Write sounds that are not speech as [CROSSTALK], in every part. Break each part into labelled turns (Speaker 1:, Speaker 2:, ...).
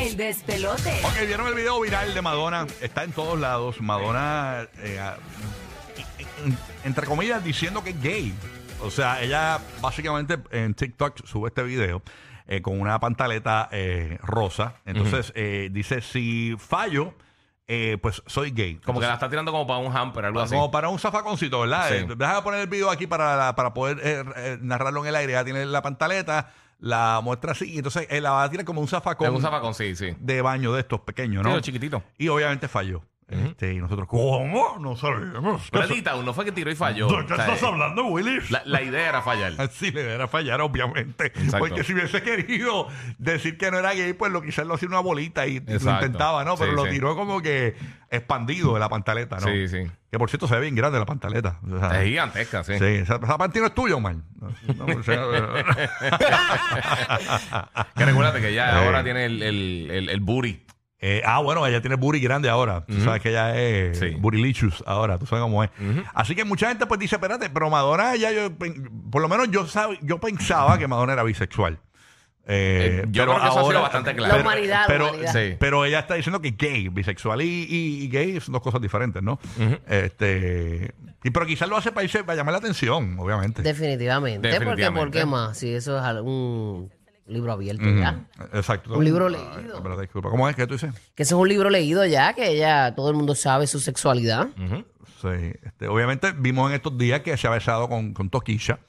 Speaker 1: el despelote.
Speaker 2: Ok, vieron el video viral de Madonna. Está en todos lados. Madonna, eh, ah, en- entre comillas, diciendo que es gay. O sea, ella básicamente en TikTok sube este video eh, con una pantaleta eh, rosa. Entonces eh, dice: si fallo, eh, pues soy gay.
Speaker 3: Como
Speaker 2: Entonces,
Speaker 3: que
Speaker 2: Ah,
Speaker 3: la está tirando como para un hamper, algo así.
Speaker 2: Como para un zafaconcito, ¿verdad?
Speaker 3: Sí.
Speaker 2: Eh, déjame poner el video aquí para, la- para poder eh, eh, narrarlo en el aire. Ya tiene la pantaleta, la muestra así, y entonces eh, la va a tirar como un zafacón,
Speaker 3: Le gusta para con sí, sí.
Speaker 2: de baño de estos pequeños,
Speaker 3: Tiro
Speaker 2: ¿no?
Speaker 3: chiquitito.
Speaker 2: y obviamente falló. este, y nosotros, ¿cómo? No sabíamos.
Speaker 3: Pero
Speaker 2: ¿Qué
Speaker 3: Edita, no fue que tiró y falló.
Speaker 2: ¿De qué
Speaker 3: O sea,
Speaker 2: estás hablando, Willis? [LAUGHS]
Speaker 3: la, la idea era fallar.
Speaker 2: Así le deberá fallar, obviamente.
Speaker 3: Exacto.
Speaker 2: Porque si hubiese querido decir que no era gay, pues lo quizás lo hacía una bolita y
Speaker 3: Exacto.
Speaker 2: lo intentaba, ¿no? Pero
Speaker 3: Sí,
Speaker 2: lo
Speaker 3: sí.
Speaker 2: tiró como que expandido de la pantaleta, ¿no?
Speaker 3: Sí, sí.
Speaker 2: Que por cierto se ve bien grande la pantaleta. O sea,
Speaker 3: Es gigantesca, sí.
Speaker 2: Sí, esa, esa panty no es tuya, Omar. No, no, o sea,
Speaker 3: [LAUGHS] Que recuérdate que ya
Speaker 2: Sí.
Speaker 3: ahora tiene el, el, el, el booty.
Speaker 2: eh, ah, bueno, ella tiene booty grande ahora. Tú sabes que ella es
Speaker 3: Sí.
Speaker 2: burilicious ahora. Tú sabes cómo es. Así que mucha gente pues dice, espérate, pero Madonna ya yo... pen- Por lo menos yo, sab- yo pensaba que Madonna era bisexual. Eh,
Speaker 3: Eh, yo
Speaker 2: pero
Speaker 3: creo que eso ha sido
Speaker 2: ahora-
Speaker 3: bastante claro.
Speaker 1: La humanidad,
Speaker 2: pero,
Speaker 1: la humanidad.
Speaker 3: Sí.
Speaker 2: pero ella está diciendo que gay, bisexual y, y- y gay son dos cosas diferentes, ¿no? Este, y, pero quizás lo hace para, irse- para llamar la atención, obviamente.
Speaker 4: Definitivamente, porque
Speaker 3: Definitivamente.
Speaker 4: ¿por qué más? Si eso es un libro abierto ya.
Speaker 2: Mm. Exacto.
Speaker 4: Un libro
Speaker 2: Ay,
Speaker 4: leído.
Speaker 2: espérate, disculpa. ¿Cómo es que tú dices?
Speaker 4: Que ese es un libro leído ya, que ya todo el mundo sabe su sexualidad.
Speaker 2: Sí, este, obviamente vimos en estos días que se ha besado con, con Toquilla,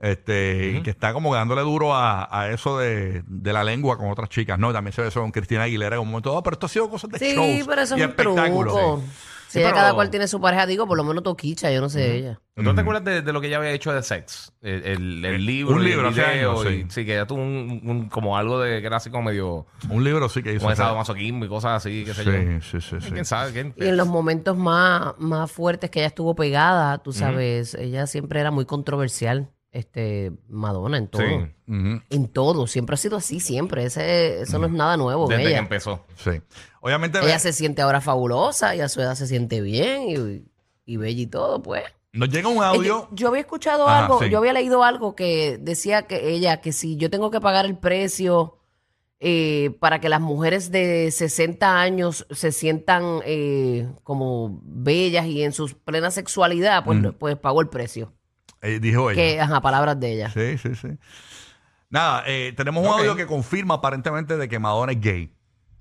Speaker 2: este, y que está como dándole duro a, a eso de, de la lengua con otras chicas, ¿no? También se besó con Cristina Aguilera en un momento dado, pero esto ha sido cosas de
Speaker 4: Sí,
Speaker 2: shows
Speaker 4: pero eso
Speaker 2: y
Speaker 4: es un
Speaker 2: espectáculos.
Speaker 4: truco.
Speaker 2: Sí.
Speaker 4: Si
Speaker 3: Sí,
Speaker 4: ella
Speaker 3: pero-
Speaker 4: cada cual tiene su pareja, digo, por lo menos toquicha, yo no sé ella.
Speaker 3: ¿No te acuerdas de, de lo que ella había hecho de sex? El, el- el
Speaker 2: Eh,
Speaker 3: libro,
Speaker 2: un
Speaker 3: y
Speaker 2: libro
Speaker 3: el
Speaker 2: hace
Speaker 3: video.
Speaker 2: años,
Speaker 3: y-
Speaker 2: sí.
Speaker 3: sí. que ella tuvo un, un- como algo de que era así como medio
Speaker 2: Un libro sí que hizo.
Speaker 3: como de
Speaker 2: o sea,
Speaker 3: sadomasoquismo y cosas así, qué sé yo.
Speaker 2: sí, sí, sí, sí.
Speaker 3: ¿Quién sabe? ¿Quién?
Speaker 4: Y en los momentos más, más fuertes que ella estuvo pegada, tú sabes, ella siempre era muy controversial, este, Madonna en todo.
Speaker 3: Sí.
Speaker 2: Ujú,
Speaker 4: En todo, siempre ha sido así, siempre. Ese, eso no es nada nuevo. en
Speaker 3: Desde que
Speaker 4: ella.
Speaker 3: empezó.
Speaker 2: sí. Obviamente
Speaker 4: Ella se siente ahora fabulosa y a su edad se siente bien y, y bella y todo, pues.
Speaker 2: nos llega un
Speaker 4: Yo,
Speaker 2: audio.
Speaker 4: yo había escuchado
Speaker 2: Ah, Ajá,
Speaker 4: algo,
Speaker 2: sí.
Speaker 4: yo había leído algo que decía que ella, que si yo tengo que pagar el precio eh, para que las mujeres de 60 años se sientan eh, como bellas y en su plena sexualidad,
Speaker 2: Mm.
Speaker 4: pues, pues pago el precio.
Speaker 2: eh, dijo ella.
Speaker 4: Que, ajá, palabras de ella.
Speaker 2: Sí, sí, sí. Nada, eh, tenemos un
Speaker 3: Ok.
Speaker 2: audio que confirma aparentemente de que Madonna es gay.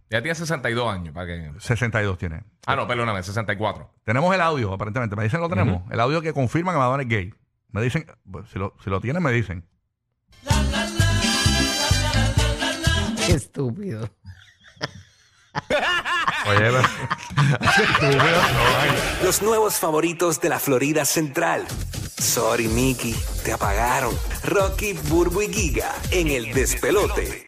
Speaker 3: Ella tiene 62 años. Para que...
Speaker 2: 62 tiene.
Speaker 3: Ah, no, perdóname, 64.
Speaker 2: Tenemos el audio, aparentemente. Me dicen lo tenemos. El audio que confirma que Madonna es gay. Me dicen, pues, si lo, si lo tienen, me dicen.
Speaker 4: [LAUGHS] Qué estúpido.
Speaker 2: Oye, [LAUGHS] pero- Estúpido.
Speaker 5: Los nuevos favoritos de la Florida Central. Sorry, Mickey, te apagaron. Rocky, Burbu y Giga en el despelote.